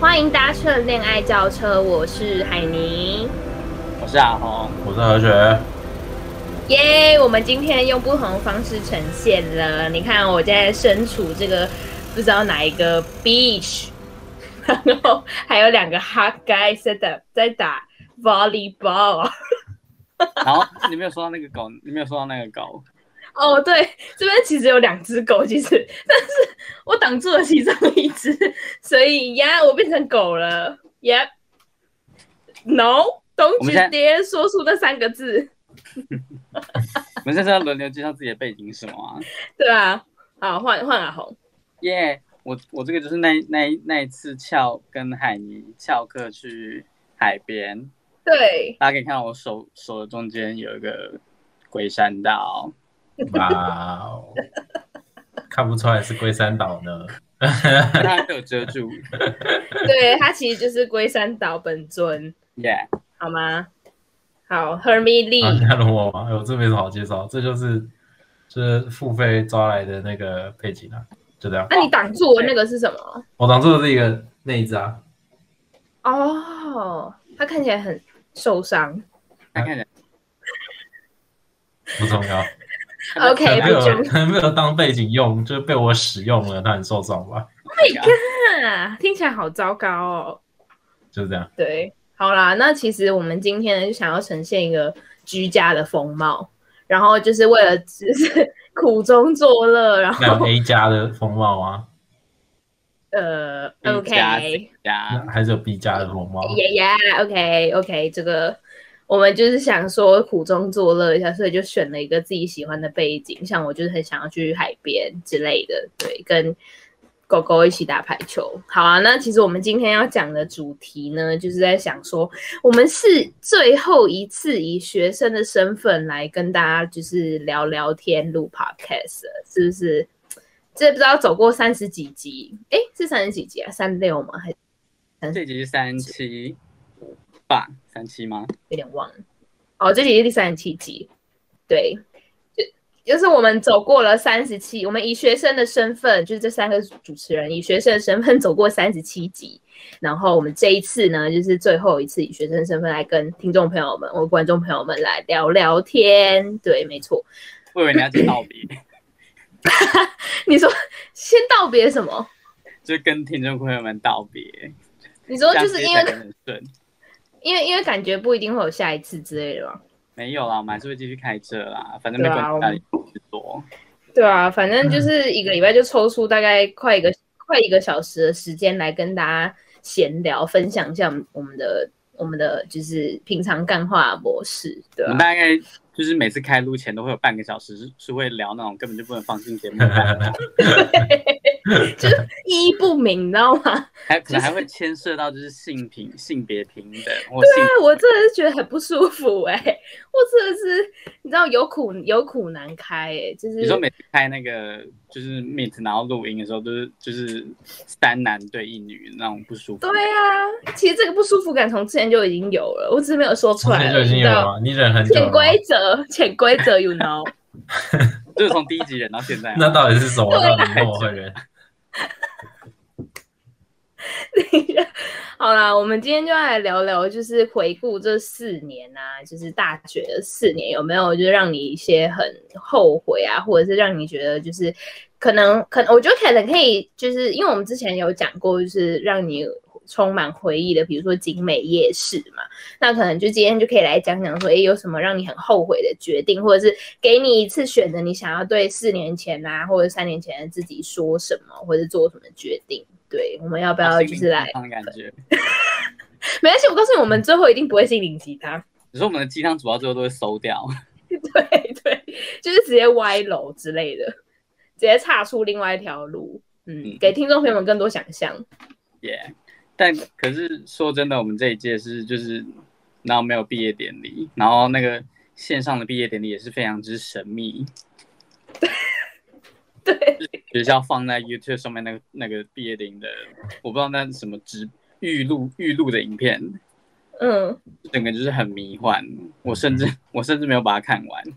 欢迎搭乘恋爱轿车，我是海宁。我是阿红，我是何雪，耶我们今天用不同的方式呈现了。你看，我现在身处这个不知道哪一个 beach，然 后还有两个 hot guy 在打在打 volleyball。然后你没有说到那个狗，你没有说到那个狗，哦，对，这边其实有两只狗，其实， 但是我挡住了其中一只，所以呀我变成狗了。Yep。No，don't you 我们现在 dare 说出那三个字，我们这是要轮流介绍自己的背景是什么啊？对啊，好，换换阿红。耶、我我这个就是那那那一次翘跟海尼翘课去海边，对，大家可以看到我手手的中间有一个龟山岛，哇哦，看不出来是龟山岛呢。它被我遮住。对，他其实就是龟山岛本尊，耶、好吗？好，Hermie 啊，你 Lee，看了我吗？哎我这没什么好介绍，这就是就是付费抓来的那个背景啊，就这样。那你挡住我那个是什么？我当初是一个那一只啊，哦，他看起来很受伤。它看起来不重要，可 OK，能不没有重可能没有当背景用，就是被我使用了，他很受伤吧，要，啊听起来好糟糕哦。就是这样。对，好啦，那其实我们今天呢就想要呈现一个居家的风貌，然后就是为了只是 苦中作乐，然那 有后 A 加的风貌吗？呃嗯加，OK，呀，那还是有 B 加的风貌？耶耶，OK OK，这个我们就是想说苦中作乐一下，所以就选了一个自己喜欢的背景，像我就是很想要去海边之类的，对，跟狗狗一起打排球。好啊，那其实我们今天要讲的主题呢，就是在想说，我们是最后一次以学生的身份来跟大家就是聊聊天、录 podcast，了是不是？这不知道走过三十几集，诶，是三十几集啊？三六吗？还这集是三七吧？三七吗？有点忘了。哦，这集是第三十七集，对，就就是我们走过了三十七，我们以学生的身份，就是这三个主持人以学生的身份走过三十七集，然后我们这一次呢，就是最后一次以学生身份来跟听众朋友们、我观众朋友们来聊聊天，对，没错。我以为你要讲道理，你说先道别什么？ 就跟听众朋友们道别。你说就是因为很顺，因为因为感觉不一定会有下一次之类的吗？没有啦，我们还是会继续开车啦，反正没对啊关我们系，大家也多。对啊，反正嗯就是一个礼拜就抽出大概快一个、快一个小时的时间来跟大家闲聊，分享一下我们的我们的就是平常干话模式，对啊我吧、们大概就是每次开录前都会有半个小时是是会聊那种根本就不能放进 节目的话，意义不明，你知道吗？ 还可能还会牵涉到就是性平、性别平等或性对我真的是觉得很不舒服哎、我真的是你知道有苦有苦难开哎、就是你说每次开那个就是 meet，然后录音的时候，都是就是三男对一女那种不舒服。对啊，其实这个不舒服感从之前就已经有了，我只是没有说出之前来就而已已，经你有了知道吗？你忍很久了潜吗。规则，潜规则，you know。 就是从第一集忍到现在啊、那到底是什么对让你那么会忍？好啦，我们今天就来聊聊，就是回顾这四年啊，就是大学的四年，有没有就是让你一些很后悔啊，或者是让你觉得就是可能可能，我觉得可能可以，就是因为我们之前有讲过，就是让你充满回忆的，比如说景美夜市嘛，那可能就今天就可以来讲讲说，诶，有什么让你很后悔的决定，或者是给你一次选择，你想要对四年前啊，或者三年前的自己说什么，或者是做什么决定。对，我们要不要就是来鸡汤的感觉。没关系，我告诉你，我们最后一定不会心灵鸡汤。 你说我们的鸡汤煮到最后都会馊掉，对对，就是直接歪楼之类的，直接岔出另外一条路。嗯嗯，给听众朋友们更多想象。耶、但可是说真的，我们这一届是就是然后没有毕业典礼，然后那个线上的毕业典礼也是非常之神秘。对，学校放在 YouTube 上面那个那个毕业典礼的，我不知道那是什么直预录预录的影片，嗯，整个就是很迷幻。我甚至我甚至没有把它看完。欸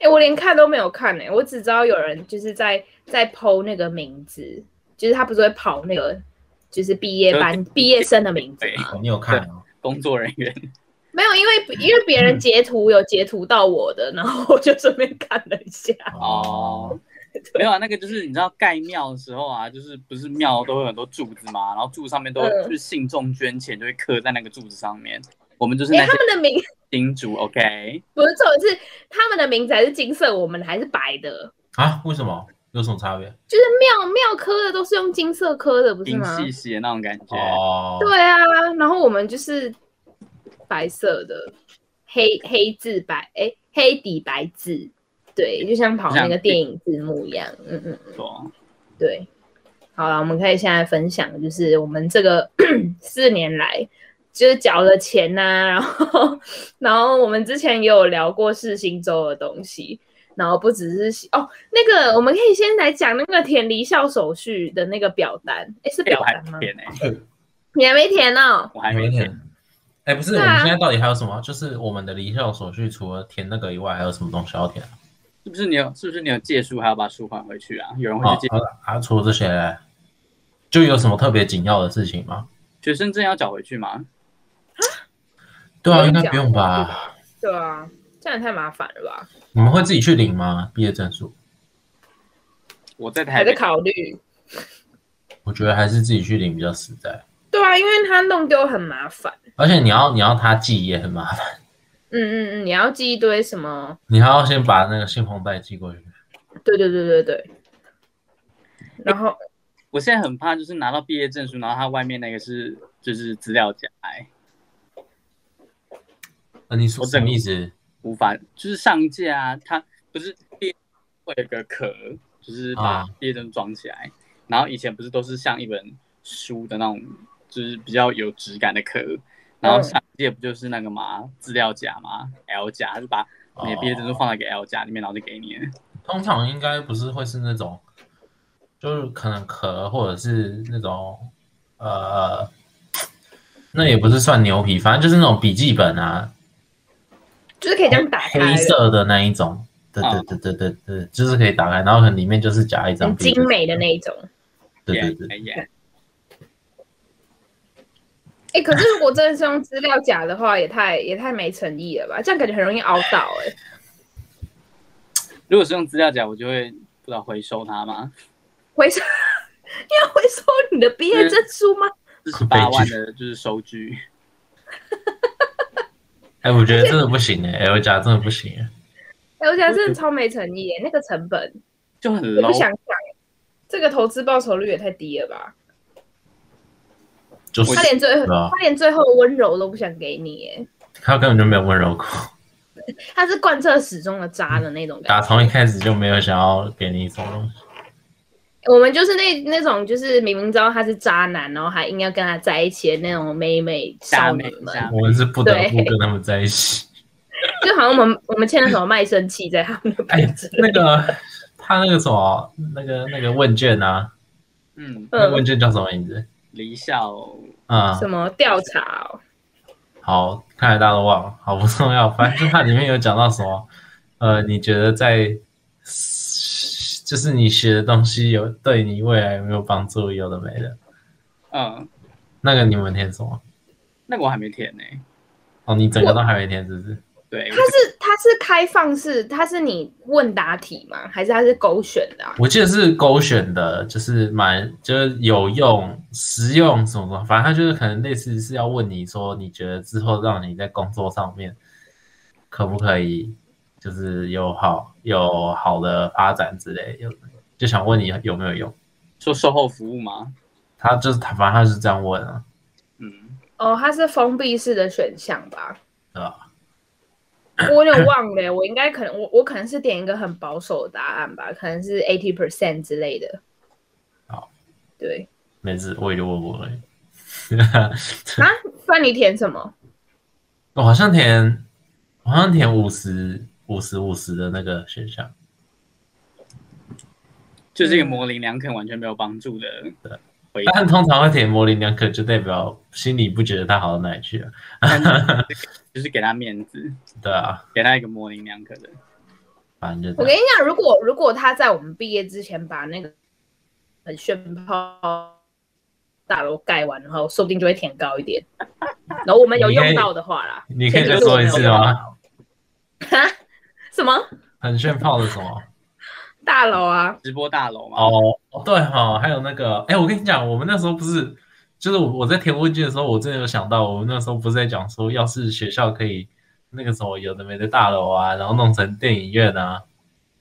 哎、我连看都没有看哎、我只知道有人就是在在剖那个名字，就是他不是会跑那个就是毕业班毕业生的名字吗？呃对哦你有看哦？工作人员，没有，因为因为别嗯人截图有截图到我的，然后我就顺便看了一下。 哦，没有啊，那个就是你知道盖庙的时候啊，就是不是庙都会有很多柱子嘛，然后柱上面都会嗯就是信众捐钱就会刻在那个柱子上面，我们就是哎、那些他们的名金主，OK？不是重点是他们的名字还是金色，我们还是白的。啊？为什么？有什么差别？就是庙庙科的都是用金色科的， 不是金吗？细细的那种感觉，哦，对啊，然后我们就是白色的，黑黑字白，哎、黑底白字，对，就像跑那个电影字幕一样，嗯嗯，不错对。好了，我们可以现在分享，就是我们这个 四年来，就是缴了钱呐、 然后然后我们之前也有聊过世新周的东西，然后不只是哦，那个我们可以先来讲那个填离校手续的那个表单，哎，是哎表我还单没吗？填呢，你还没填哦。我还没填。点。哎，不是，对我啊们现在到底还有什么？就是我们的离校手续，除了填那个以外，还有什么东西要填？是不是你有？是不是你有借书还要把书还回去啊？有人会哦去借、，好了啊，除了这些嘞，就有什么特别紧要的事情吗？学生证要缴回去吗？对啊，不用应该缴不用吧？对啊，这样也太麻烦了吧？你们会自己去领吗？毕业证书？我在台还在北，考虑。我觉得还是自己去领比较实在，对啊，因为他弄丢很麻烦。而且你要你要他寄也很麻烦，嗯嗯嗯，你要记一堆什么？你还要先把那个信封袋寄过去。对对对对对。然后我现在很怕，就是拿到毕业证书，然后它外面那个是就是资料夹、哎，那、呃你说我什整么个意思？无法就是上一届啊，它不是毕业会有个壳，就是把啊毕业证装起来，然后以前不是都是像一本书的那种，就是比较有质感的壳，然后嗯上一届不就是那个嘛资料夹嘛 L 夹，就把你的毕业证书放在给 L 夹里面，然后就给你了。通常应该不是会是那种，就是可能壳或者是那种呃，那也不是算牛皮，反正就是那种笔记本啊，就是可以这样打开黑的，色的那一种。对对对对对对，就是可以打开，然后可能里面就是夹一张很笔记精本美的那一种。对对对，哎呀，哎、可是如果真的是用资料夹的话，也太也太没诚意了吧？这样感觉很容易凹到哎、如果是用资料夹，我就会不知道回收它 吗？回收， 你要回收你的毕业证书吗？四十八万的就是收据，哎、我觉得真的不行哎、l 夹真的不行、欸。哎、我想真的超没诚意、欸，那个成本就很我不 low。想想，这个投资报酬率也太低了吧？就是他连最后对啊他连最后温柔都不想给你耶，他根本就没有温柔过，他是贯彻始终的渣的那种打感觉。从一开始就没有想要给你什么东西。我们就是那那种，就是明明知道他是渣男，然后还硬要跟他在一起的那种妹妹少虾女妹们，虾我们是不得不跟他们在一起。 就好像我们我们欠了什么卖身契在他们的哎背子。，那个他那个什么，那个那个问卷啊，嗯，那个嗯问，卷叫什么名字？离校啊、什么调查、哦？好，看来大家都忘了，好不重要。反正就它里面有讲到什么，呃，你觉得在就是你学的东西有对你未来有没有帮助？有的没的。嗯，那个你们填什么？那个我还没填呢、哦，你整个都还没填，是不是？对，它是它是开放式，它是你问答题吗？还是它是勾选的、啊？我记得是勾选的，就是蛮就是有用、实用什么什么，反正他就是可能类似是要问你说，你觉得之后让你在工作上面可不可以，就是有好有好的发展之类，有就想问你有没有用。说售后服务吗？他就是他，反正他是这样问啊，嗯，哦，它是封闭式的选项吧？对吧？我有点忘了欸，我应该可能我我可能是点一个很保守的答案吧，可能是 eighty percent 之类的。好， 对，每次我也就问我而已， 啊不然你填什么？我哦好像填，我好像填五十五十五十的那个选项。就是一个模棱两可、完全没有帮助的。回答但通常会填模棱两可，就代表心里不觉得他好到哪里去了。就是给他面子，对啊，给他一个模棱两可的。反正就我这跟样。你讲，如果如果他在我们毕业之前把那个很炫炮，大楼盖完然后说不定就会填高一点。然后我们有用到的话啦，你可以再前提是说一我次们有用啊到？吗？哈什么很炫炮的什么？大楼啊？直播大楼嘛。哦，对哈、还有那个，哎，我跟你讲，我们那时候不是，就是我我在填问卷的时候，我真的有想到，我们那时候不是在讲说，要是学校可以那个什么有的没的大楼啊，然后弄成电影院啊，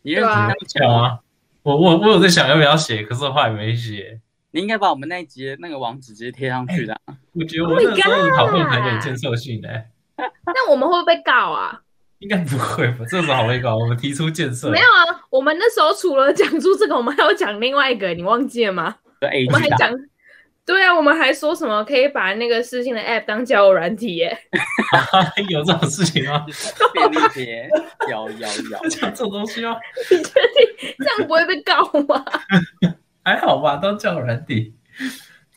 因为对啊你有讲吗？我我我有在想要不要写，可是我后来没写。你应该把我们那一集的那个网址直接贴上去的啊、我觉得 Oh 我那时候讨论很有建设性哎、那我们会不会告啊？应该不会吧？这时候好会搞，我们提出建设，没有啊，我们那时候除了讲出这个，我们还有讲另外一个，你忘记了吗？就 A 我们还级的啊，讲，对啊，我们还说什么可以把那个事情的 app 当交友软体耶？ 有这种事情吗？便利贴，摇摇摇。讲这种东西吗？你确定这样不会被告吗？还好吧，当叫软体，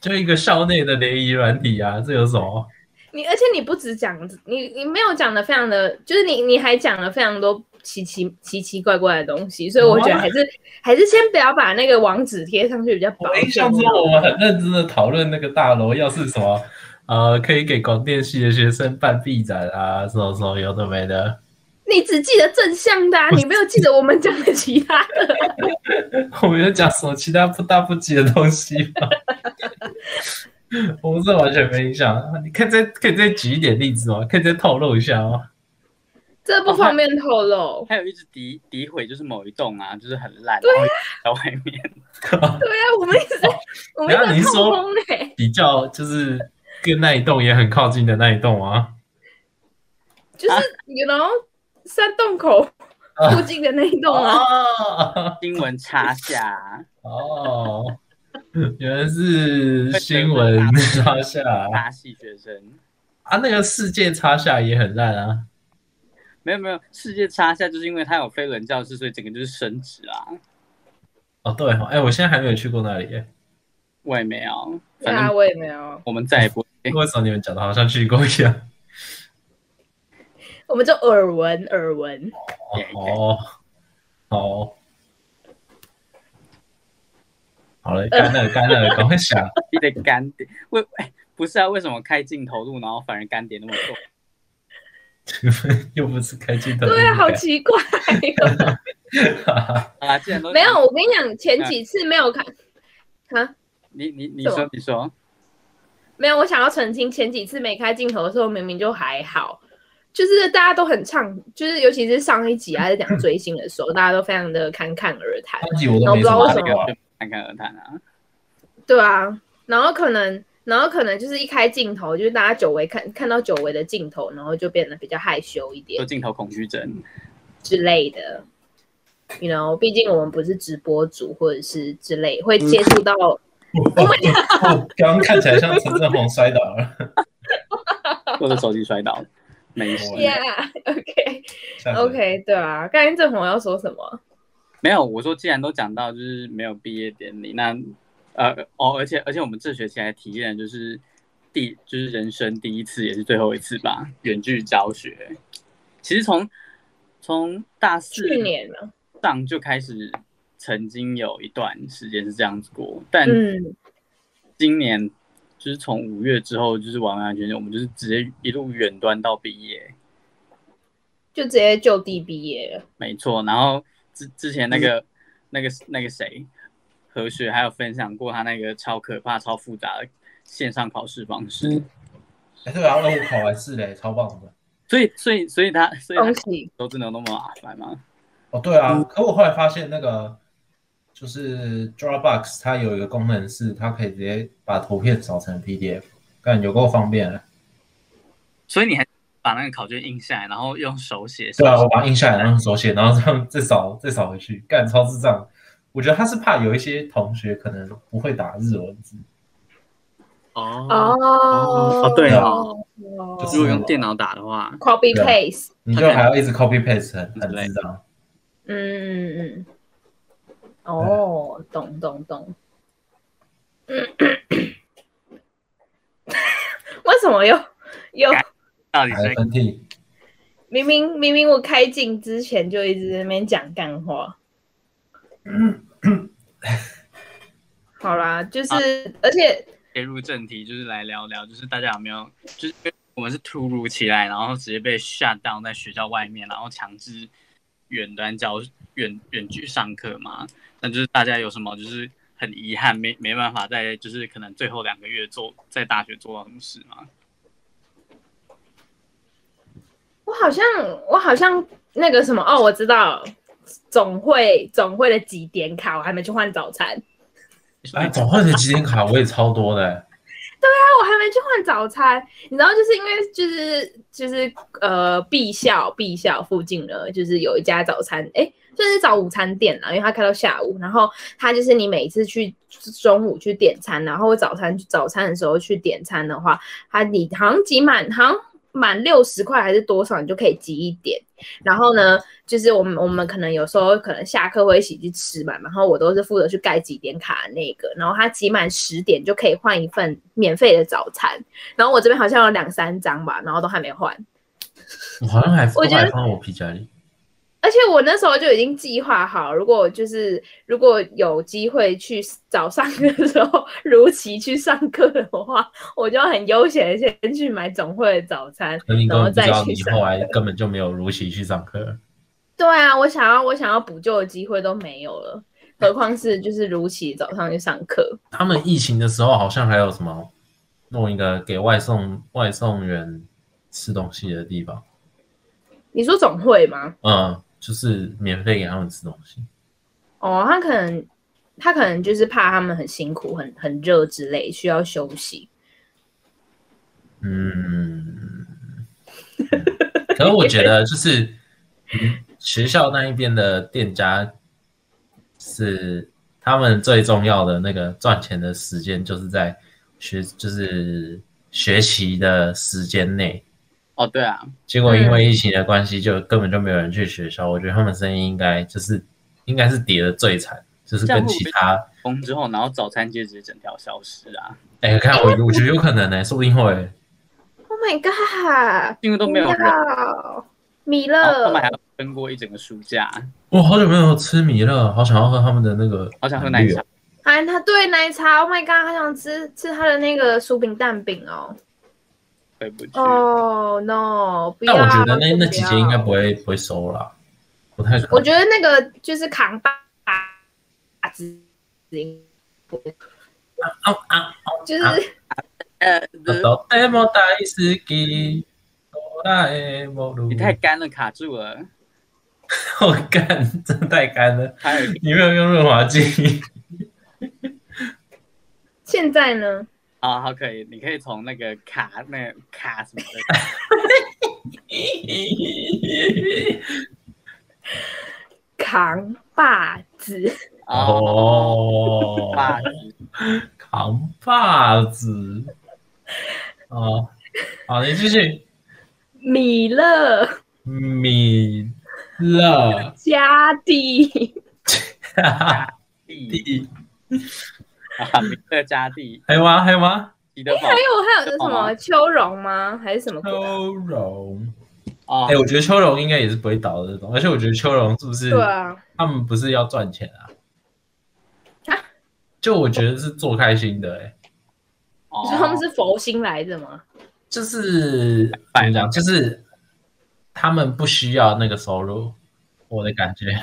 就一个校内的联谊软体啊，这有什么？你而且你不只讲，你你没有讲的非常的，就是你你还讲了非常多奇奇奇奇怪怪的东西，所以我觉得还是、还是先不要把那个网址贴上去比较保我印险象。中我们很认真的讨论那个大楼要是什么，呃，可以给广电系的学生办毕展啊，什么什么有的没的。你只记得正向的、啊，你没有记得我们讲的其他的。我们有讲什么其他不搭不及的东西吗？ 我们这完全没印象。你可以再可以再举一点例子吗？可以再透露一下吗？这不方便透露。还有一直诋诋毁，就是某一栋啊，就是很烂，对然后在外面。对啊，我们一直在，我们等一下一你直是在说透风呢、比较就是跟那一栋也很靠近的那一栋吗？就是你 you know 山洞口啊附近的那一栋啊，哦新闻插下啊，哦，原 来是新闻插下啊，大系学生。啊那个世界插下也很烂啊。没有没有，世界插下就是因为它有飞轮教室，所以整个就是升值啊。哦，对哦，哎，我现在还没有去过那里耶，我也没有，对反啊，正我也没有，我们再也不会。为什么你们讲的好像去过一样？我们就耳闻耳闻。哦，哦，好了，干了，干了，赶快想， 你得干点，为哎不是啊？为什么开镜头录，然后反而干点那么多？ 又不是开镜头，哎对啊，好奇怪哦、啊，既然都没有，我跟你讲，前几次没有看啊，你你你什么说你说，没有，我想要澄清，前几次没开镜头的时候，明明就还好。就是大家都很畅，就是尤其是上一集啊，在讲追星的时候，大家都非常的侃侃而谈。上集我都没什么为什那看么过啊个就侃侃而谈啊。对啊，然后可能，然后可能就是一开镜头，就是大家久违看看到久违的镜头，然后就变得比较害羞一做点镜头恐惧症，之类的。You know，毕竟我们不是直播主或者是之类，会接触到。哦刚刚看起来像陈正宏摔倒了，我的手机 摔倒了，没哦事。 Yeah，OK，OK，、吓 死人对啊。刚才郑红要说什么？没有，我说既然都讲到就是没有毕业典礼，那呃哦，而且而且我们这学期还体验了就是第就是人生第一次也是最后一次吧，远距教学。其实从从大四去年呢？上就开始，曾经有一段时间是这样子过，但嗯，今年就是从五月之后，就是完完全全我们就是直接一路远端到毕业，就直接就地毕业了。没错。然后之之前那个、那个那个谁何雪还有分享过他那个超可怕、超复杂的线上考试方式，哎对啊，我考完试嘞，超棒的。所以所以所以他啊所以恭他喜！都真的有那么麻烦吗？哦，对啊，可我后来发现那个就是 Dropbox，它有一个功能是它可以直接把图片扫成 PDF，干有够方便的。所以你还把那个考卷印下来，然后用手写，对啊，我把它印下来，然后手写，然后这样再扫再扫回去，干超智障。我觉得他是怕有一些同学可能不会打日文字，哦哦哦对哦哦，啊就是如果用电脑打的话， copy 对啊 paste。你就还要一直 copy paste，很很智障。嗯嗯嗯。哦，懂懂懂。为什么又又到底还是有分体，明明明明我开镜之前就一嗯直在那边讲干话，好啦，就是、啊而且切入正题，就是来聊聊，就是大家有没有，就是因为我们是突如其来，然后直接被 shut down 在学校外面，然后强制远端教远远距上课嘛？那就是大家有什么就是很遗憾没没办法在就是可能最后两个月做在大学做到什么事吗？我好像我好像那个什么哦，我知道总会总会的几点卡，我还没去换早餐。啊哎，总会的几点卡我也超多的、我欸，还没去换早餐，你知道，就是因为就是就是呃，毕校毕校附近呢，就是有一家早餐，哎、算是早午餐店啦，因为它开到下午，然后它就是你每次去中午去点餐，然后早餐早餐的时候去点餐的话，它你好像集满好像满六十块还是多少，你就可以集一点。然后呢，就是我们我们可能有时候可能下课会一起去吃嘛，然后我都是负责去盖几点卡的那个，然后它集满十点就可以换一份免费的早餐，然后我这边好像有两三张吧，然后都还没换，我好像还我我觉得还放在我皮夹里。而且我那时候就已经计划好，如果就是如果有机会去早上的时候如期去上课的话，我就很悠闲地先去买总会的早餐可是你，然根后本不再知道去你上后。来根本就没有如期去上课。对啊，我想要我想要补救的机会都没有了，何况是就是如期早上去上课。他们疫情的时候好像还有什么弄一个给外送外送员吃东西的地方，你说总会吗？嗯，就是免费给他们吃东西。哦，他可能他可能就是怕他们很辛苦、很很热之类，需要休息。嗯，可是我觉得就是嗯学校那一边的店家是他们最重要的那个赚钱的时间，就是在学就是学习的时间内。哦，对啊，结果因为疫情的关系，就根本就没有人去学校。我觉得他们生意应该就是应该是跌的最惨，就是这样跟会不其会他封之后，然后早餐街直接整条消失啊，哎、看我我觉得有可能呢、说不定会 Oh my god！因为都没有人，要米然哦后他们还勒，要撑过一整个暑假，我好久没有吃米了，好想要喝他们的那个，啊好想喝奶茶。。哎，他对奶茶，Oh my god，他想吃吃他的那个酥饼蛋饼哦。回不去，哦、no，不要。但啊我觉得那那几不要间应该不会不会收啦，不太可能。嗯我觉得那个就是扛把把子，啊啊，就是、啊呃，到 demo 大意思给哆啦 A 梦，你太干了，卡住了。我干，真太干了，还有你没有用润滑剂，现在呢，啊，好，可以，你可以从那个卡那个卡什么 的，扛把子。哦， 哦，袜子，扛把子，哦，好，你继续，米勒米 勒，加地，哈哈，地啊，米勒加地，还有吗？还有吗？彼得堡还有还有那什好么啊秋容吗？还是什么鬼啊？哦秋容，哦哎、，我觉得秋容应该也是不会倒的那种，而且我觉得秋容是不是对啊，他们不是要赚钱啊？啊 就我觉得是做开心的、欸，你说他们哦是佛心来的吗？就是怎么讲，就是他们不需要那个收入，我的感觉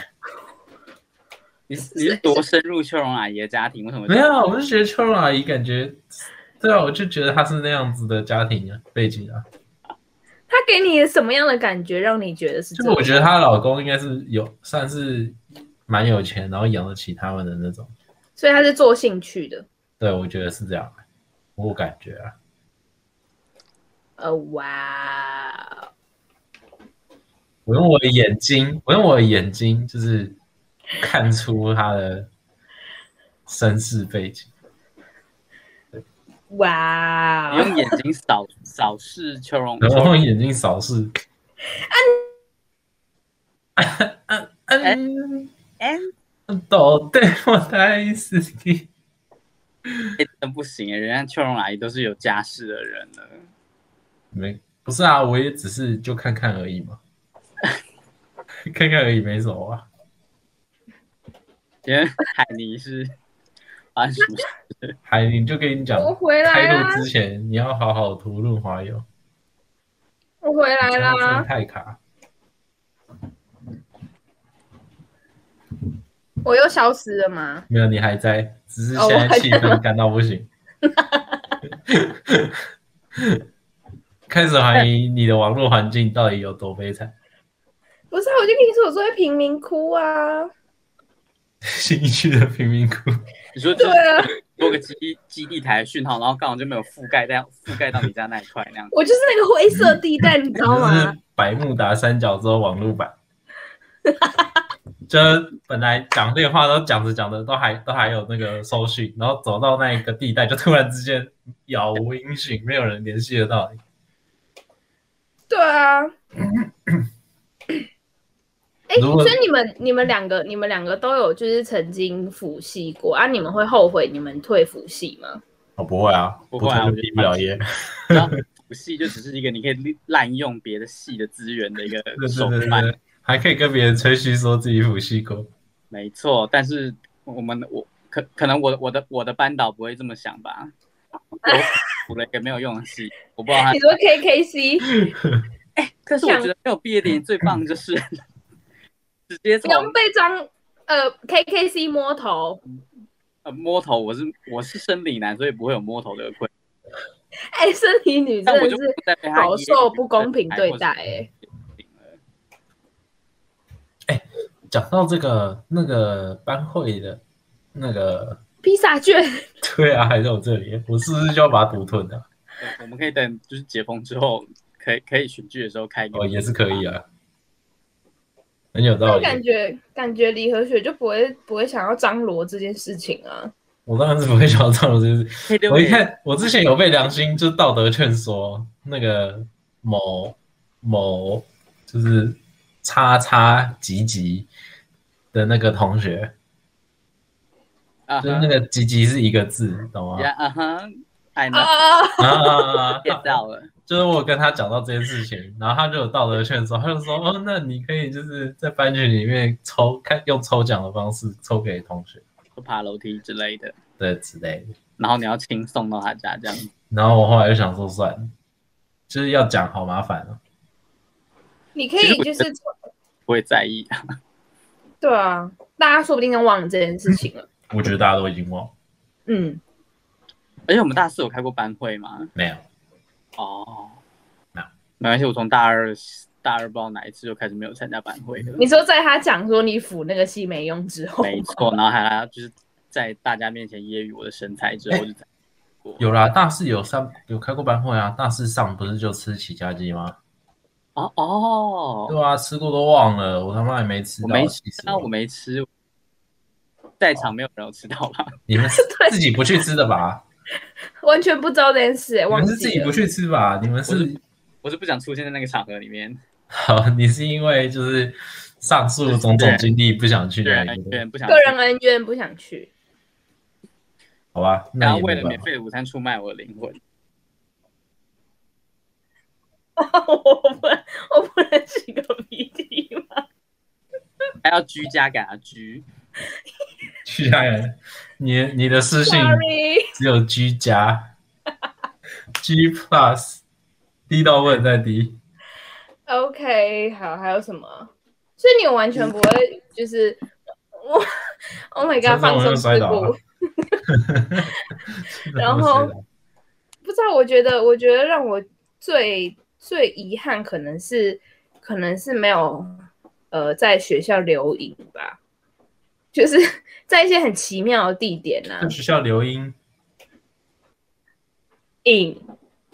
你是你是多深入秋荣阿姨的家庭？为什么没有，我就觉得秋荣阿姨感觉，对啊，我就觉得她是那样子的家庭啊背景啊，他给你什么样的感觉，让你觉得是就这是样？我觉得她老公应该是有算是蛮有钱，然后养得起他们的那种，所以他是做兴趣的。对我觉得是这样，我感觉啊，呃，哇，我用我的眼睛，我用我的眼睛，就是看出他的身世背景。哇哦你，用眼睛扫扫视秋荣？啊然秋后荣用眼睛扫视，嗯嗯哎，嗯，都对我太死你。哎真的不行哎，人家秋荣阿姨都是有家室的人了。没，不是啊，我也只是就看看而已嘛， 看看而已，没什么啊。因为海尼是发生什么事？海，你就跟你讲，我回来开啦录之前你要好好涂润滑油，我回来不要啦生。太卡。我又消失了吗？没有，你还在，只是哦现我在还气氛干到不行。 开始怀疑你的网络环境到底有多悲惨。 不是啊，我就跟你说，我坐在贫民窟啊。新一区的贫民窟，你说就对是啊，多个基地基地台讯号，然后刚好就没有覆盖到覆盖到你家那一块那样。我就是那个灰色地带，你知道就吗是？百慕达三角洲网络版。就本来讲电话都讲着讲着都还都还有那个收讯，然后走到那一个地带就突然之间杳无音讯，没有人联系得到你。对 啊。哎、如果所以你们、你们两个、你们两个都有就是曾经辅系过啊？你们会后悔你们退辅系吗？我不会啊，不会啊我退就觉得毕不了业。 然后 补系就只是一个你可以滥用别的系的资源的一个对手对对段。对，还可以跟别人吹嘘说自己辅系过。没错，但是我们我可可能我我的我的班导不会这么想吧？我补了一个没有用的系，我不知道他 你。说 KKC 但是我觉得没有毕业典礼最棒就是 直接从刚被张呃 KKC 摸头，呃摸头，我是我是生理男，所以不会有摸头的困扰。哎、身体女真但我的就是不再被他饱揶揄受不公平对待、或者哎，讲到这个那个班会的，那个披萨卷，对啊，还在我这里，我是不是就要把它独吞的？对我们可以等就是解封之后，可以可以群聚的时候开一个哦，也是可以啊，很有但道理。感觉感觉李和雪就不会不会想要张罗这件事情啊。我当然是不会想到这种事情。可以留我一给看，我之前有被良心就道德劝说，那个某某就是叉叉吉吉的那个同学，啊就是那哈个吉吉是一个字，懂吗？呀啊哈，哎啊那啊啊！啊啊啊！ get 到了，就是我跟他讲到这件事情，然后他就有道德劝说，他就说：“哦，那你可以就是在班群里面抽，看用抽奖的方式抽给同学，就爬楼梯之类的，对之类的。然后你要轻送到他家这样。”然后我后来就想说，算了，就是要讲好麻烦哦。你可以就是不会在意。 对啊，大家说不定都忘了这件事情了。我觉得大家都已经忘了，嗯，而且我们大四有开过班会吗？没有，哦，没有没关系，我从大二大二不知道哪一次就开始没有参加班会了。你说在他讲说你辅那个系没用之后， 没错，然后还要就是在大家面前揶揄我的身材之后就再过有啦，大四有上有开过班会啊，大四上不是就吃起家鸡吗？ 哦哦，对啊，吃过都忘了，我他妈也没吃我到，没吃气死那我没吃，在场没有人有吃到吧？你 们是自己不去吃的吧？完全不知道这件事、哎，你忘们是自记己了不。去吃吧？你们我是是我是不想出现在那个场合里面，好，你是因为就是上述种种经历不想去对啊那人里，人不想去个，人恩怨不想去， 好吧？然那后也为没了办免法。费的午餐出卖我的灵魂。我不能，我不能擤个鼻涕吗？还要居家给他居，居家人，你你的私信 Sorry， 只有居家 G Plus 低到不能再低。 OK，好，还有什么？所以你完全嗯不会就是 我，Oh my 真 god，的放我松又事摔倒啊故了。。然后不知道，我觉得，我觉得让我最最遗憾，可能是，可能是没有，呃，在学校留影吧，就是 在一些很奇妙的地点呐、啊在，学校留音，影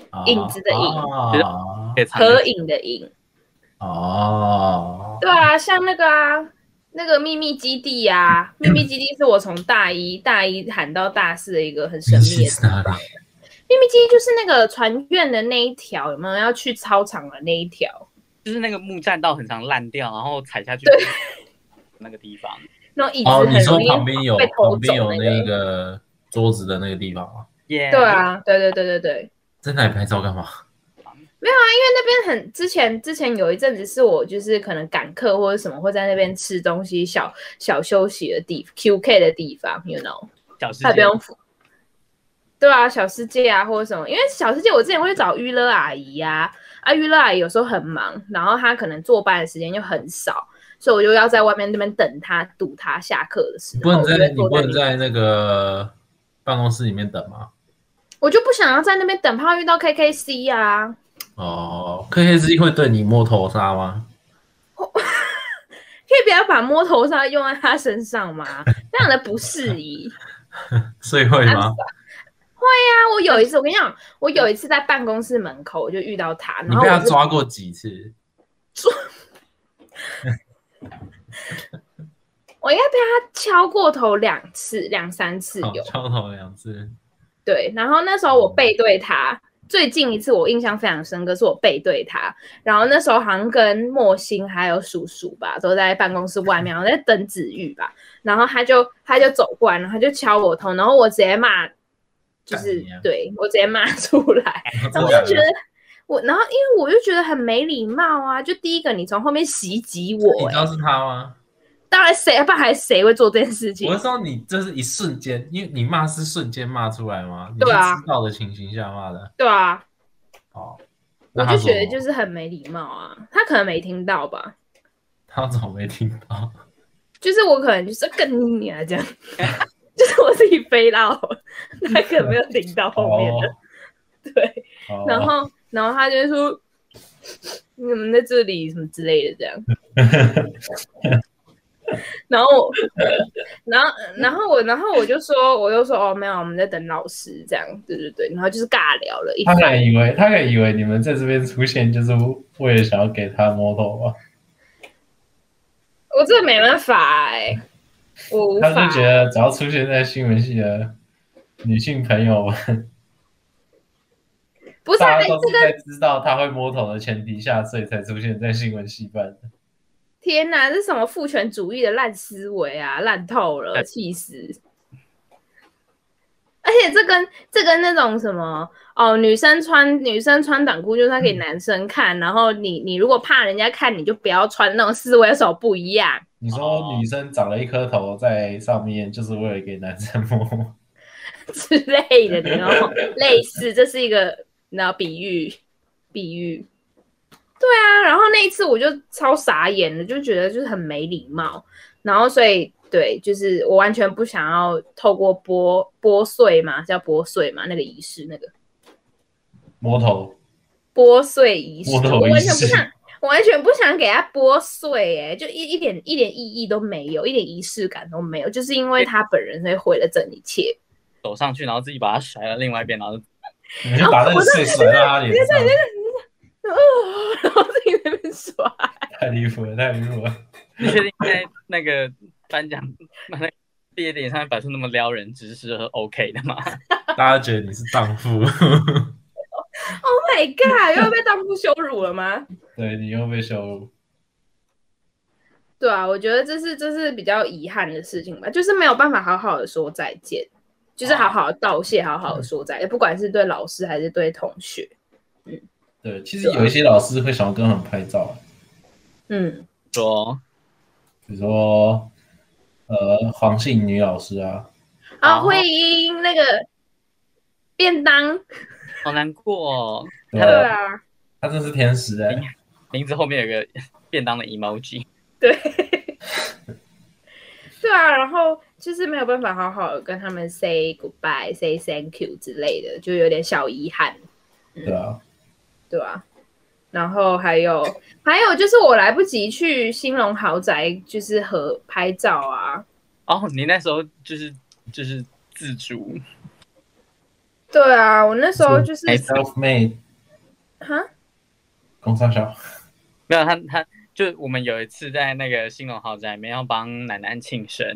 啊影子的影啊可以藏合影的影，哦，对啊，像那个啊，那个秘密基地啊，秘密基地是我从大一大一喊到大四的一个很神秘的是哪里？秘密基地，就是那个船院的那一条，有没有要去操场的那一条？就是那个木栈道很常烂掉，然后踩下去那个地方，那种椅子哦，你很说容易旁边有被偷旁边走有那个桌子的那个地方吗？耶、对，啊，对对对对对。在那里拍照干嘛？那边很之前之前有一阵子是我就是可能赶课或者什么会在那边吃东西小小休息的地 QK 的地方，you know，小世他也不界，用付。对啊，小世界啊，或者什么，因为小世界我之前会去找娱乐阿姨呀、啊，啊，娱乐阿姨有时候很忙，然后她可能坐班的时间就很少，所以我就要在外面那边等她，堵她下课的时你候。不能我就在会你坐不能里在那个办公室里面等吗？我就不想要在那边等，怕遇到 KKC 啊。哦，K K C 会对你摸头杀吗？可以不要把摸头杀用在他身上吗？ 那样的不适宜。所以会吗？啊，我有一次，我跟你讲，我有一次在办公室门口我就遇到他，然嗯你后被他我就抓过几次？我应该被他敲过头两次、两三次哦有。敲哦头两次。对，然后那时候我背对他，最近一次我印象非常深刻，是我背对他，然后那时候好像跟莫欣还有叔叔吧，都在办公室外面，我在等子玉吧，然后他就他就走过来，然后他就敲我头，然后我直接骂，就干是你啊对我直接骂出来，然后我就觉得。我然后，因为我就觉得很没礼貌啊！就第一个，你从后面袭击我、欸你知道是他吗？当然谁，不然还谁会做这件事情我？是说你这是一瞬间，因为你骂是瞬间骂出来吗？你是对啊知道的情形下骂的。对啊，哦，我那他就觉得说就是很没礼貌啊。他可能没听到吧？他怎么没听到？就是我可能就是更你啊这样， 就是我自己飞到，他可能没有顶到后面的， 对。哦然后，然后他就说你怎么在这里什么之类的这样。 然后我，然后，然后我，然后我就说，我就说哦，没有，我们在等老师这样，对对对。然后就是尬聊了一他番，还以为他还以为你们在这边出现就是为了想要给他摸头吧？我真的没办法哎、我无他法是觉得只要出现在新闻系的女性朋友们，不是、啊、大家这都是个在知道他会摸头的前提下，所以才出现在新闻系办。天哪，这什么父权主义的烂思维啊，烂透了，对气死！而且这跟这跟那种什么哦，女生穿女生穿短裤就是要给男生看，然后你你如果怕人家看，你就不要穿那种四维手不一样。你哦说女生长了一颗头在上面，就是为了给男生摸？ 之类的，你知道吗？类似，这是一个你知道比喻，比喻。对啊，然后那一次我就超傻眼了，就觉得就是很没礼貌，然后所以对，就是我完全不想要透过剥剥碎嘛，叫剥碎嘛，那个仪式，那个摸啊头，剥碎仪式，剥头我完全仪式不想，我完全不想给它剥碎、欸，哎，就一一点一点意义都没有，一点仪式感都没有，就是因为他本人所以毁了整一切。走上去，然后自己把它甩到另外一边，然后你就把那个碎甩到他脸上，哦，然后自己在那边耍。太离谱了，太离谱了！你确定在那个颁奖那个毕业典礼上面摆出那么撩人姿势是 OK 的吗？ 大家觉得你是荡妇， Oh my god！又要被当初羞辱了吗？ 对你又被羞辱，对啊，我觉得这是这是比较遗憾的事情吧，就是没有办法好好的说再见，就是好好的道谢，好好的说再见，不管是对老师还是对同学。对，其实有一些老师会想要跟他们拍照，啊嗯，说比如说呃黄姓女老师啊，啊，哦慧英那个便当，好难过、哦，对对吧？啊，她真是天使哎、名字后面有个便当的 emoji， 对啊，然后就是没有办法好好的跟他们 say goodbye、say thank you 之类的，就有点小遗憾。对啊，对啊，然后还有还有就是我来不及去兴隆豪宅，就是和拍照啊。哦，你那时候就是就是自主，对啊，我那时候就是是哎 self made 哈，工商小，没有他他就我们有一次在那个兴隆豪宅里面要帮奶奶庆生，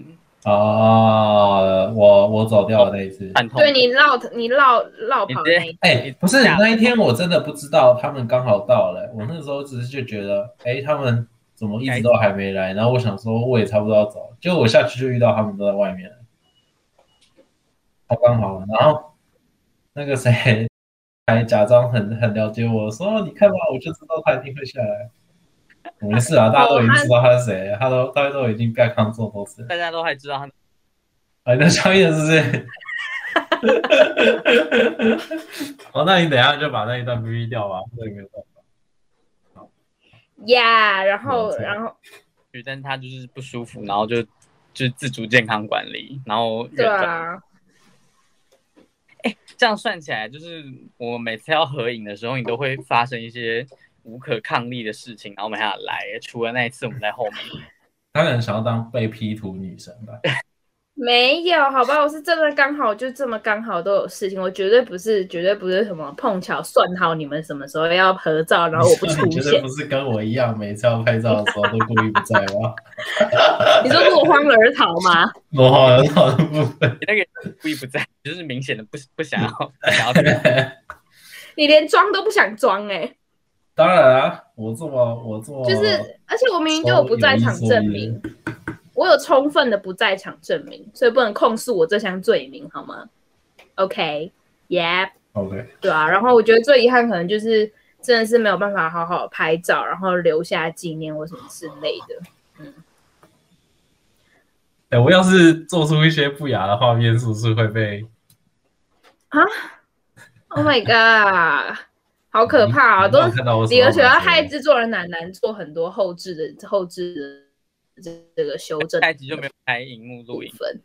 哦，我我走掉了那一次。很痛苦对你绕你绕绕跑的那一哎、不是下那一天，我真的不知道他们刚好到了、我那时候只是就觉得，哎、他们怎么一直都还没来？然后我想说，我也差不多要走，结果我下去就遇到他们都在外面了，好刚好。然后那个谁还假装很很了解我说，你看吧，我就知道他一定会下来。我没事啊，大家都已经知道他是谁了，他都大家都已经不要看做多次了。大家都还知道他啊，那宵夜是不是？哦，那你等一下就把那一段 BB 掉吧。那个呀，然后没错然后对，但是他就是不舒服，然后就就是自主健康管理，然后对远端啊，这样算起来，就是我每次要合影的时候，你都会发生一些无可抗力的事情，然后我们还要来。除了那一次我们在后面， 他可能想要当被 P 图女神吧？没有，好吧，我是真的刚好就这么刚好都有事情，我绝对不是绝对不是什么碰巧算好你们什么时候要合照，然后我不 出你绝对现不。是跟我一样，每次要拍照的时候都故意不在 吗？你说落荒而逃吗？ 我好很好的部分，那个故意不在，就是明显的不不想要不想要这个。你连装都不想装哎、当然啊，我这么我这哦么就是，而且我明明就有不在场证明，我有充分的不在场证明，所以不能控诉我这项罪名，好吗？OK，Yep，、 OK，对啊。然后我觉得最遗憾可能就是真的是没有办法好好拍照，然后留下纪念或什么之类的。哎、我要是做出一些不雅的画面，是不是会被？ Oh my god，好可怕啊！你没都有看到我什理么而且要感觉 害制作人楠楠做很多后置的后置的这这个修正下一集就没有拍荧幕录部影，分。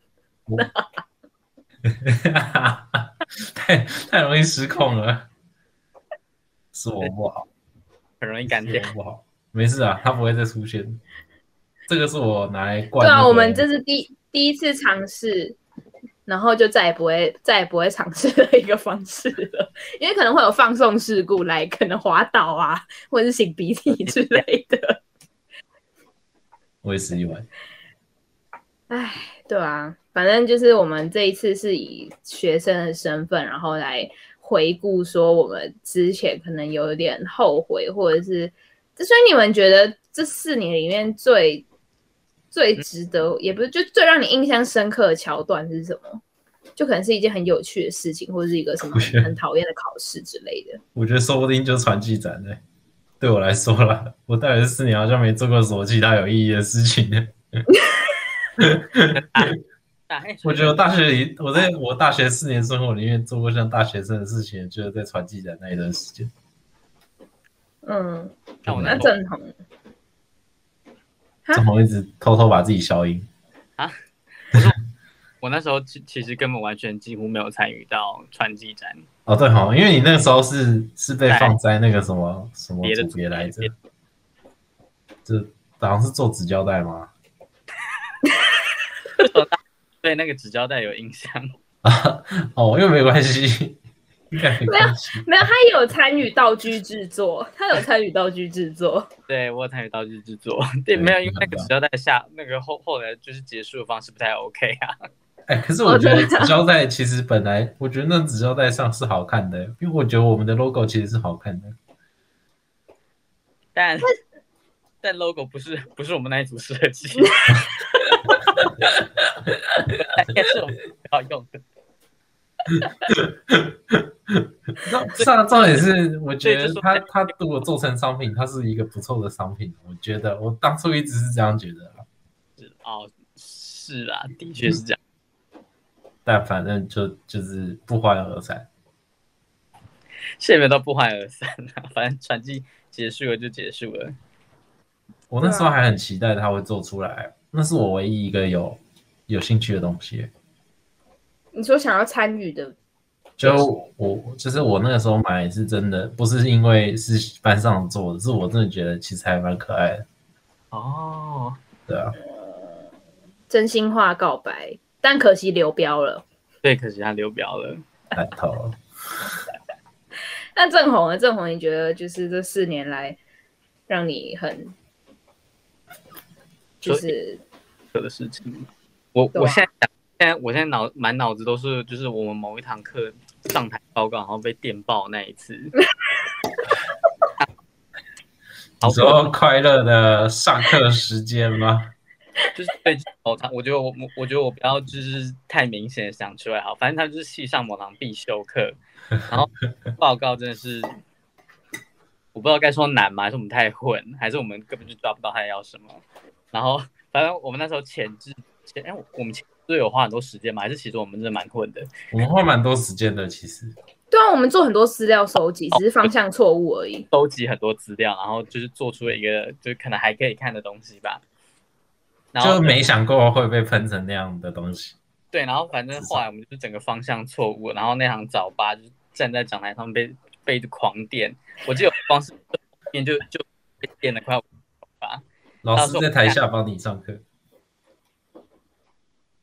太太容易失控了，是我不好，很容易干是掉。我不好， 没事啊，它不会再出现。这个是我拿来灌、对那啊，个我们这是第第一次尝试，然后就再也不会再也不会尝试的一个方式了，因为可能会有放送事故来，可能滑倒啊，或者是擤鼻涕之类的。我也是意外，唉，对啊，反正就是我们这一次是以学生的身份，然后来回顾说我们之前可能有点后悔，或者是，所以你们觉得这四年里面最最值得，也不是就最让你印象深刻的桥段是什么？就可能是一件很有趣的事情，或者是一个什么我觉得很讨厌的考试之类的。我觉得说不定就是传记展呢、对我来说啦，我大学四年好像没做过什么其他有意义的事情呢。打开我觉得我大学里，我在我大学四年生活里面做过像大学生的事情，就是在传记展那一段时间。嗯，那我那能正红啊郑红一直偷偷把自己消音，我那时候其其实根本完全几乎没有参与到传记展，哦，对哈，因为你那个时候是是被放在那个什么什么别的组别来着别，这好像是做纸胶带吗？对那个纸胶带有印象。啊， 哦，因为没关系，应该没关系。没有，他也有参与道具制作，他有参与道具制作。对我有参与道具制作，对，没有因为那个纸胶带下那个后后来就是结束的方式不太 OK 啊。哎、可是我觉哦得啊纸胶带其实本来，我觉得那纸胶带上是好看的，因为我觉得我们的 logo 其实是好看的。但但 logo 不是不是我们那一组设计，也是我们要用的。照照照也是，我觉对就得是它它如果做成商品，它是一个不错的商品。我觉得我当初一直是这样觉得啊，哦，是啦，的确是这样。但反正就就是不欢而散。是也没有到不欢而散啊，反正传记结束了就结束了。我那时啊候还很期待它会做出来，那是我唯一一个有有兴趣的东西。你说想要参与的就我就是我那个时候买是真的，不是因为是班上做的，是我真的觉得其实还蛮可爱的，哦，对 啊。真心话告白，但可惜流标了。对，可惜他流标了。烂透了。那郑红呢？郑红，你觉得就是这四年来让你很就是有的事情。我对啊我现在想现在我现在脑满脑子都是就是我们某一堂课上台报告，然后被电爆那一 次。好你，说快乐的上课时间吗？就是对某堂，我觉得我我我觉得我不要就是太明显的想出来好，反正他就是系上某堂必修课，然后报告真的是我不知道该说难吗？还是我们太混，还是我们根本就抓不到他要什么？然后反正我们那时候前置前哎、我我们前就有花很多时间嘛？还是其实我们真的蛮混的？我们花蛮多时间的，其实对啊，我们做很多资料收集，只是方向错误而已。收集很多资料，然后就是做出了一个就是可能还可以看的东西吧。然后就没想过会被喷成那样的东西。对，然后反正后来我们就是整个方向错误，然后那行早八就是站在讲台上被被狂电，我记得我光是面就就被电了快五吧。老师在台下帮你上课，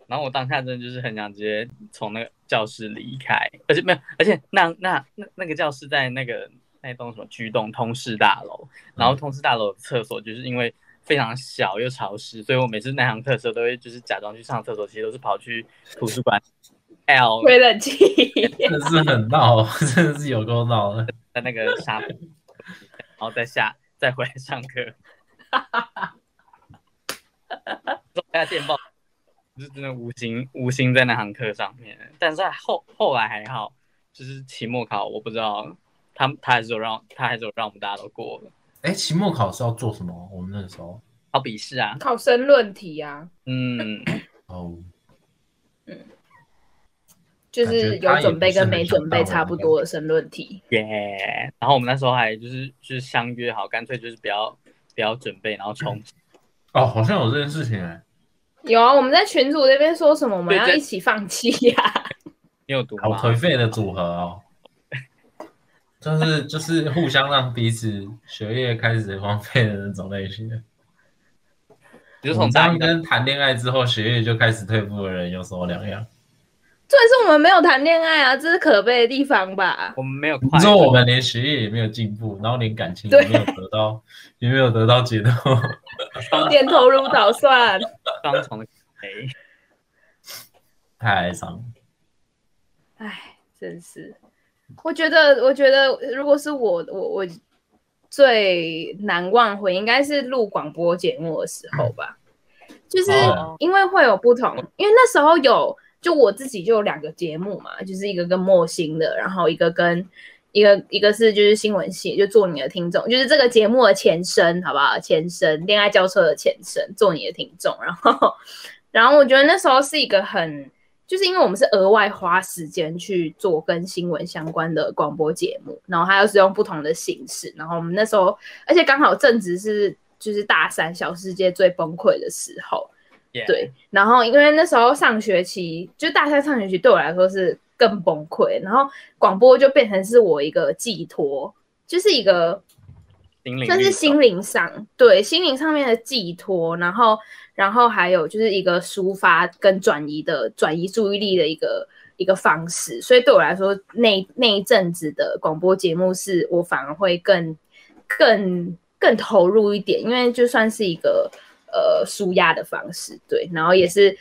然后我当下真的就是很想直接从那个教室离开，而且没有，而且那那那那个教室在那个那栋什么居栋通事大楼，然后通事大楼的厕所就是因为非常小又潮湿，所以我每次那堂课的时候都会就是假装去上厕所，其实都是跑去图书馆 L 吹冷气， 真的是很闹，真的是有够闹的。在那个沙发，然后再下再回来上课。大家电报就是真的无心无心在那堂课上面，但是后后来还好，就是期末考我不知道他他还是有让他还是有让我们大家都过了，哎，期末考试要做什么？我们那个时候好笔试啊，考申论题啊，嗯，哦，就是有准备跟没准备差不多的申论题。耶、然后我们那时候还就是就是相约好，干脆就是不要不要准备，然后冲哦，好像有这件事情哎，有啊，我们在群组那边说什么我们对要对一起放弃啊呀、你有读好吗？颓废的组合哦， 就是就是互相让彼此学业开始荒废的那种类型的。你是我从们这大样一到跟谈恋爱之后学业就开始退步的人有什么两样？ 重点是我们没有谈恋爱啊，这是可悲的地方吧？ 我们没有你快说我乐，们连学业也没有进步，然后连感情也没有得到， 也没有得到解脱。 点头如捣蒜。双重的哎，太哀伤了。唉，真是，我觉得，我觉得，如果是我，我我最难忘回应该是录广播节目的时候吧，就是哦因为会有不同，因为那时候有，就我自己就有两个节目嘛，就是一个跟莫欣的，然后一个跟。一个一个是就是新闻系，就做你的听众，就是这个节目的前身，好不好？前身，恋爱交错的前身，做你的听众。然后， 然后我觉得那时候是一个很就是因为我们是额外花时间去做跟新闻相关的广播节目，然后它又是用不同的形式，然后我们那时候，而且刚好正值是就是大三小世界最崩溃的时候，耶对，然后因为那时候上学期，就大三上学期对我来说是更崩溃，然后广播就变成是我一个寄托，就是一个心灵算是心灵上，对心灵上面的寄托，然后然后还有就是一个抒发跟转移的转移注意力的一个一个方式，所以对我来说，那那一阵子的广播节目是我反而会更更更投入一点，因为就算是一个呃舒压的方式，对，然后也是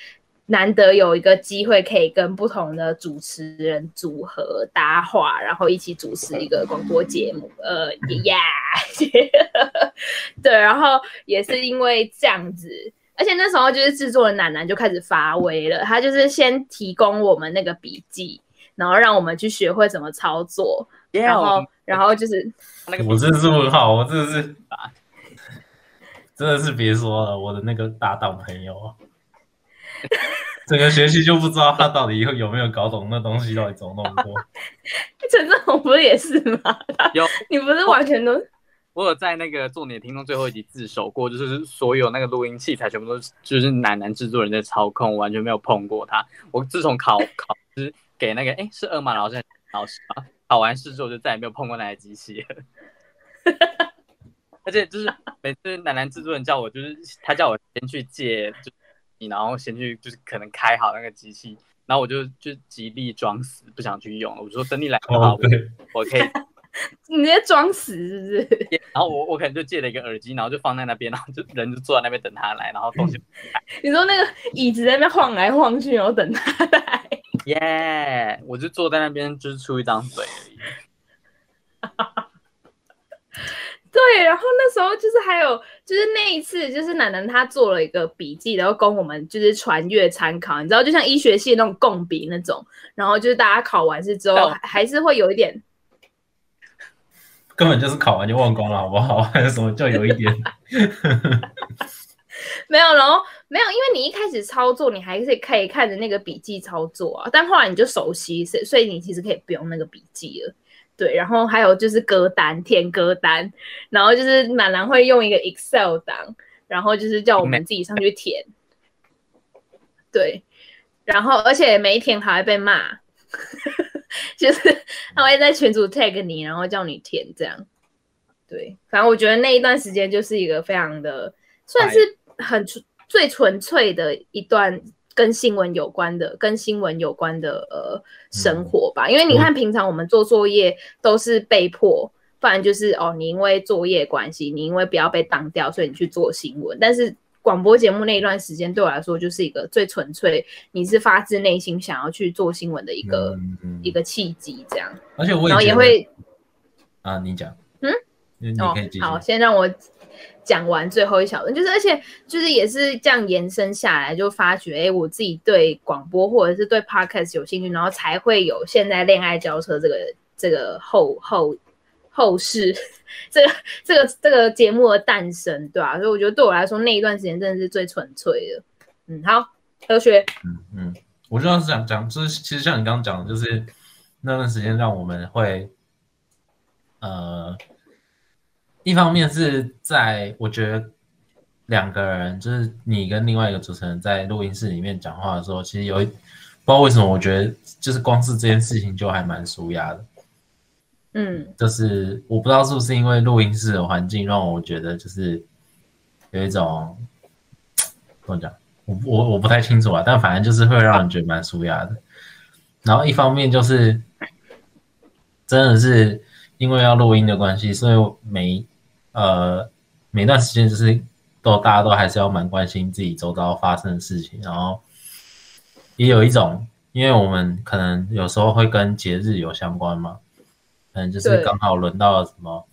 难得有一个机会可以跟不同的主持人组合搭话，然后一起主持一个广播节目，呃呀 对，然后也是因为这样子。而且那时候就是制作人奶奶就开始发威了，他就是先提供我们那个笔记，然后让我们去学会怎么操作，耶然我后们然后就是 那个我真的是问号，我真的是，真的是别说了，我的那个搭档朋友啊， 整个学期就不知道他到底有有没有搞懂那东西到底怎么弄过。陈志宏不是也是吗？有你不是完全都我有在那个做你的听众最后一集自首过，就是所有那个录音器材全部都是就是奶奶制作人在操控，我完全没有碰过它。我自从考考试给那个哎是二马老师还是老师吗？考完试之后就再也没有碰过那台机器了。 而且就是每次奶奶制作人叫我，就是他叫我先去借，就你然后先去就是可能开好那个机器，然后我就就极力装死不想去用了。我说等你来的话，哦我，对，我可以你直接装死是不是？ 然后我我可能就借了一个耳机，然后就放在那边，然后就人就坐在那边等他来，然后 东西你说那个椅子在那边晃来晃去，然后等他 来，耶我就坐在那边就是出一张嘴而已。对，然后那时候就是还有就是那一次，就是奶奶她做了一个笔记，然后供我们就是传阅参考，你知道，就像医学系那种共笔那种，然后就是大家考完试之后但我还还是会有一点 根本就是考完就忘光了，好不好？还有什么叫有一点？没有，然后没有，因为你一开始操作，你还是可以看着那个笔记操作啊，但后来你就熟悉，所以所以你其实可以不用那个笔记了。对，然后还有就是歌单，填歌单，然后就是满兰会用一个 Excel 档，然后就是叫我们自己上去填。对，然后而且没填还会被骂， 就是他会在群组 tag 你，然后叫你填这样。对，反正我觉得那一段时间就是一个非常的，算是很纯最纯粹的一段跟新闻有关的、跟新闻有关的呃嗯生活吧。因为你看，平常我们做作业都是被迫，不然就是哦，你因为作业关系，你因为不要被当掉，所以你去做新闻。但是广播节目那一段时间对我来说，就是一个最纯粹，你是发自内心想要去做新闻 的一个、嗯嗯一个契机，这样，而且我然后觉也得会。啊，你讲，嗯你，你哦可以继，续。好，先让我讲完最后一小段，就是而且就是也是这样延伸下来，就发觉哎、诶我自己对广播或者是对 podcast 有兴趣，然后才会有现在恋爱交车这个这个后后后世这个这个这个节目的诞生，对吧、所以我觉得对我来说那一段时间真的是最纯粹的。嗯，好，科学，嗯嗯，我就要想讲，就是其实像你刚刚讲的，就是那段时间让我们会，呃，一方面是在我觉得两个人，就是你跟另外一个主持人在录音室里面讲话的时候，其实有一不知道为什么，我觉得就是光是这件事情就还蛮舒压的。嗯，就是我不知道是不是因为录音室的环境让我觉得就是有一种怎么讲，我我我不太清楚啊，但反正就是会让人觉得蛮舒压的。然后一方面就是真的是因为要录音的关系，所以我每呃每段时间就是都大家都还是要蛮关心自己周遭发生的事情，然后也有一种，因为我们可能有时候会跟节日有相关嘛，可能就是对刚好轮到了什么，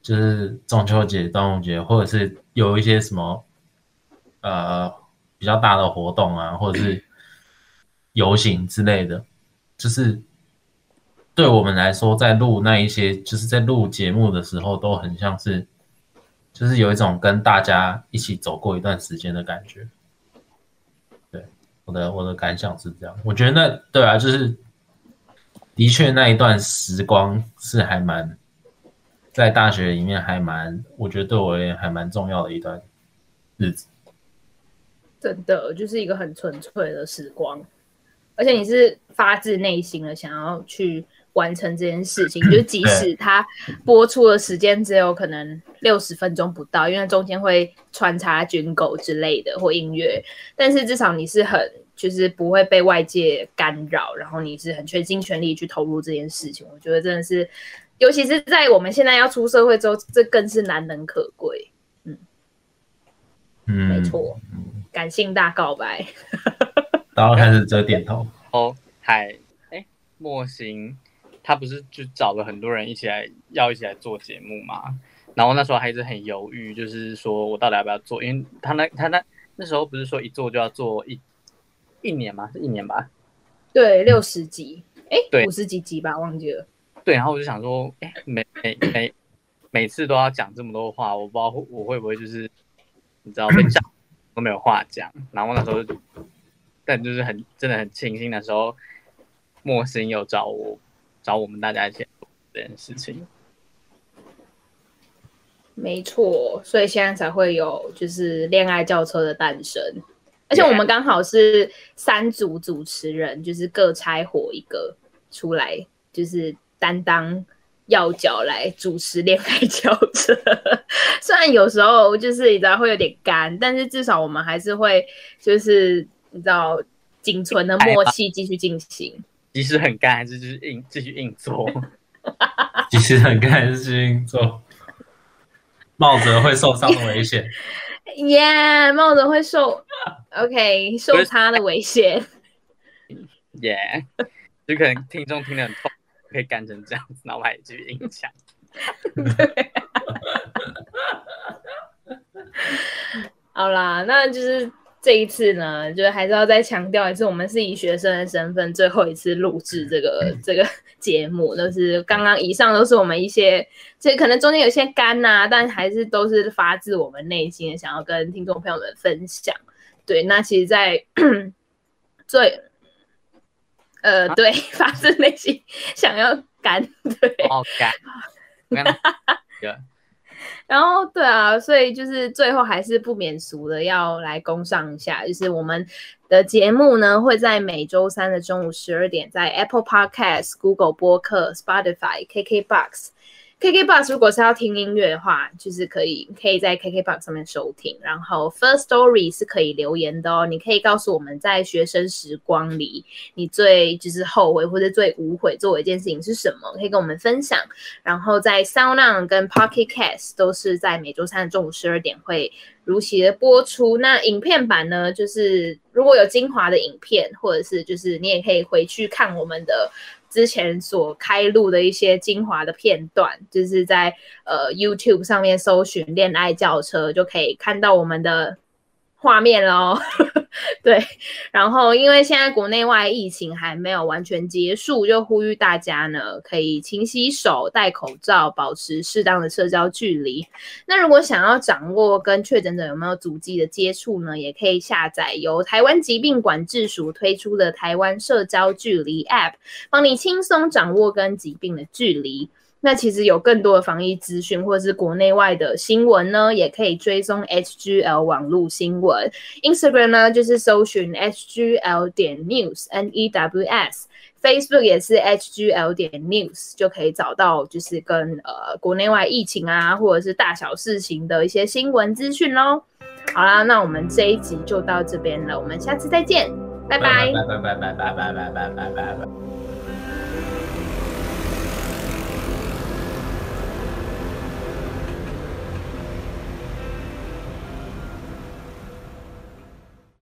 就是中秋节、端午节，或者是有一些什么呃比较大的活动啊，或者是游行之类的，就是对我们来说，在录那一些就是在录节目的时候，都很像是就是有一种跟大家一起走过一段时间的感觉。对，我的我的感想是这样，我觉得那对啊，就是的确那一段时光是还蛮。在大学里面还蛮，我觉得对我而言还蛮重要的一段日子。真的就是一个很纯粹的时光，而且你是发自内心的想要去完成这件事情，就是即使它播出的时间只有可能六十分钟不到，因为中间会穿插军狗之类的或音乐，但是至少你是很就是不会被外界干扰，然后你是很全心全力去投入这件事情，我觉得真的是，尤其是在我们现在要出社会之后，这更是难能可贵，嗯，没错，感性大告白。然后开始折 点头。哦，海，哎，莫行，他不是就找了很多人一起来要一起来做节目嘛？然后那时候还一直很犹豫，就是说我到底要不要做？因为他那他那那时候不是说一做就要做一一年吗？是一年吧？对，六十集，哎，对五十几集吧，忘记了。对，然后我就想说，哎，每每每每次都要讲这么多话，我不知道会我会不会就是你知道被炸都没有话讲。然后那时候就，但就是很真的很庆幸那时候，莫心有找我找我们大家一起做这件事情。没错，所以现在才会有就是恋爱轿车的诞生，而且我们刚好是三组主持人，就是各拆伙一个出来，就是担当要角来主持恋爱轿车。 虽然有时候就是你知道会有点干，但是至少我们还是会就是你知道仅存的默契继续进行。即使很干，还是就是硬继续硬做。其实很开心做，冒着会受伤的危险。耶冒着会受 OK 受他的危险。耶、就可能听众听得很痛，可以干成这样子，然后我还继续硬讲。好啦，那就是这一次呢，就是还是要再强调一次，我们是以学生的身份最后一次录制这个这个 节目，就是刚刚以上都是我们一些，这可能中间有些干呐、但还是都是发自我们内心的想要跟听众朋友们分享。对，那其实在， 最呃，啊对， 发自内心想要干，对，好干，我看到然后对啊，所以就是最后还是不免俗的要来工商一下，就是我们的节目呢会在每周三的中午十二点，在 Apple Podcast、Google 播客、Spotify、KKBox。KKBox 如果是要听音乐的话，就是可以可以在 KKBox 上面收听，然后 First Story 是可以留言的哦。你可以告诉我们在学生时光里，你最就是后悔或者最无悔做的一件事情是什么，可以跟我们分享。然后在 SoundOn 跟 Pocket Cast 都是在每周三的中午十二点会如期的播出。那影片版呢，就是如果有精华的影片，或者是就是你也可以回去看我们的之前所开录的一些精华的片段，就是在呃 YouTube 上面搜寻“恋爱轿车”就可以看到我们的画面喽。 对，然后，因为现在国内外疫情还没有完全结束，就呼吁大家呢，可以勤洗手、戴口罩，保持适当的社交距离。那如果想要掌握跟确诊者有没有足迹的接触呢，也可以下载由台湾疾病管制署推出的台湾社交距离 App，帮你轻松掌握跟疾病的距离。那其实有更多的防疫资讯，或者是国内外的新闻呢，也可以追踪 HGL 网络新闻。Instagram 呢，就是搜寻 HGL 点 news n e w s。Facebook 也是 HGL 点 news 就可以找到，就是跟呃国内外疫情啊，或者是大小事情的一些新闻资讯喽。好啦，那我们这一集就到这边了，我们下次再见，拜拜拜拜拜拜拜拜拜拜拜拜拜。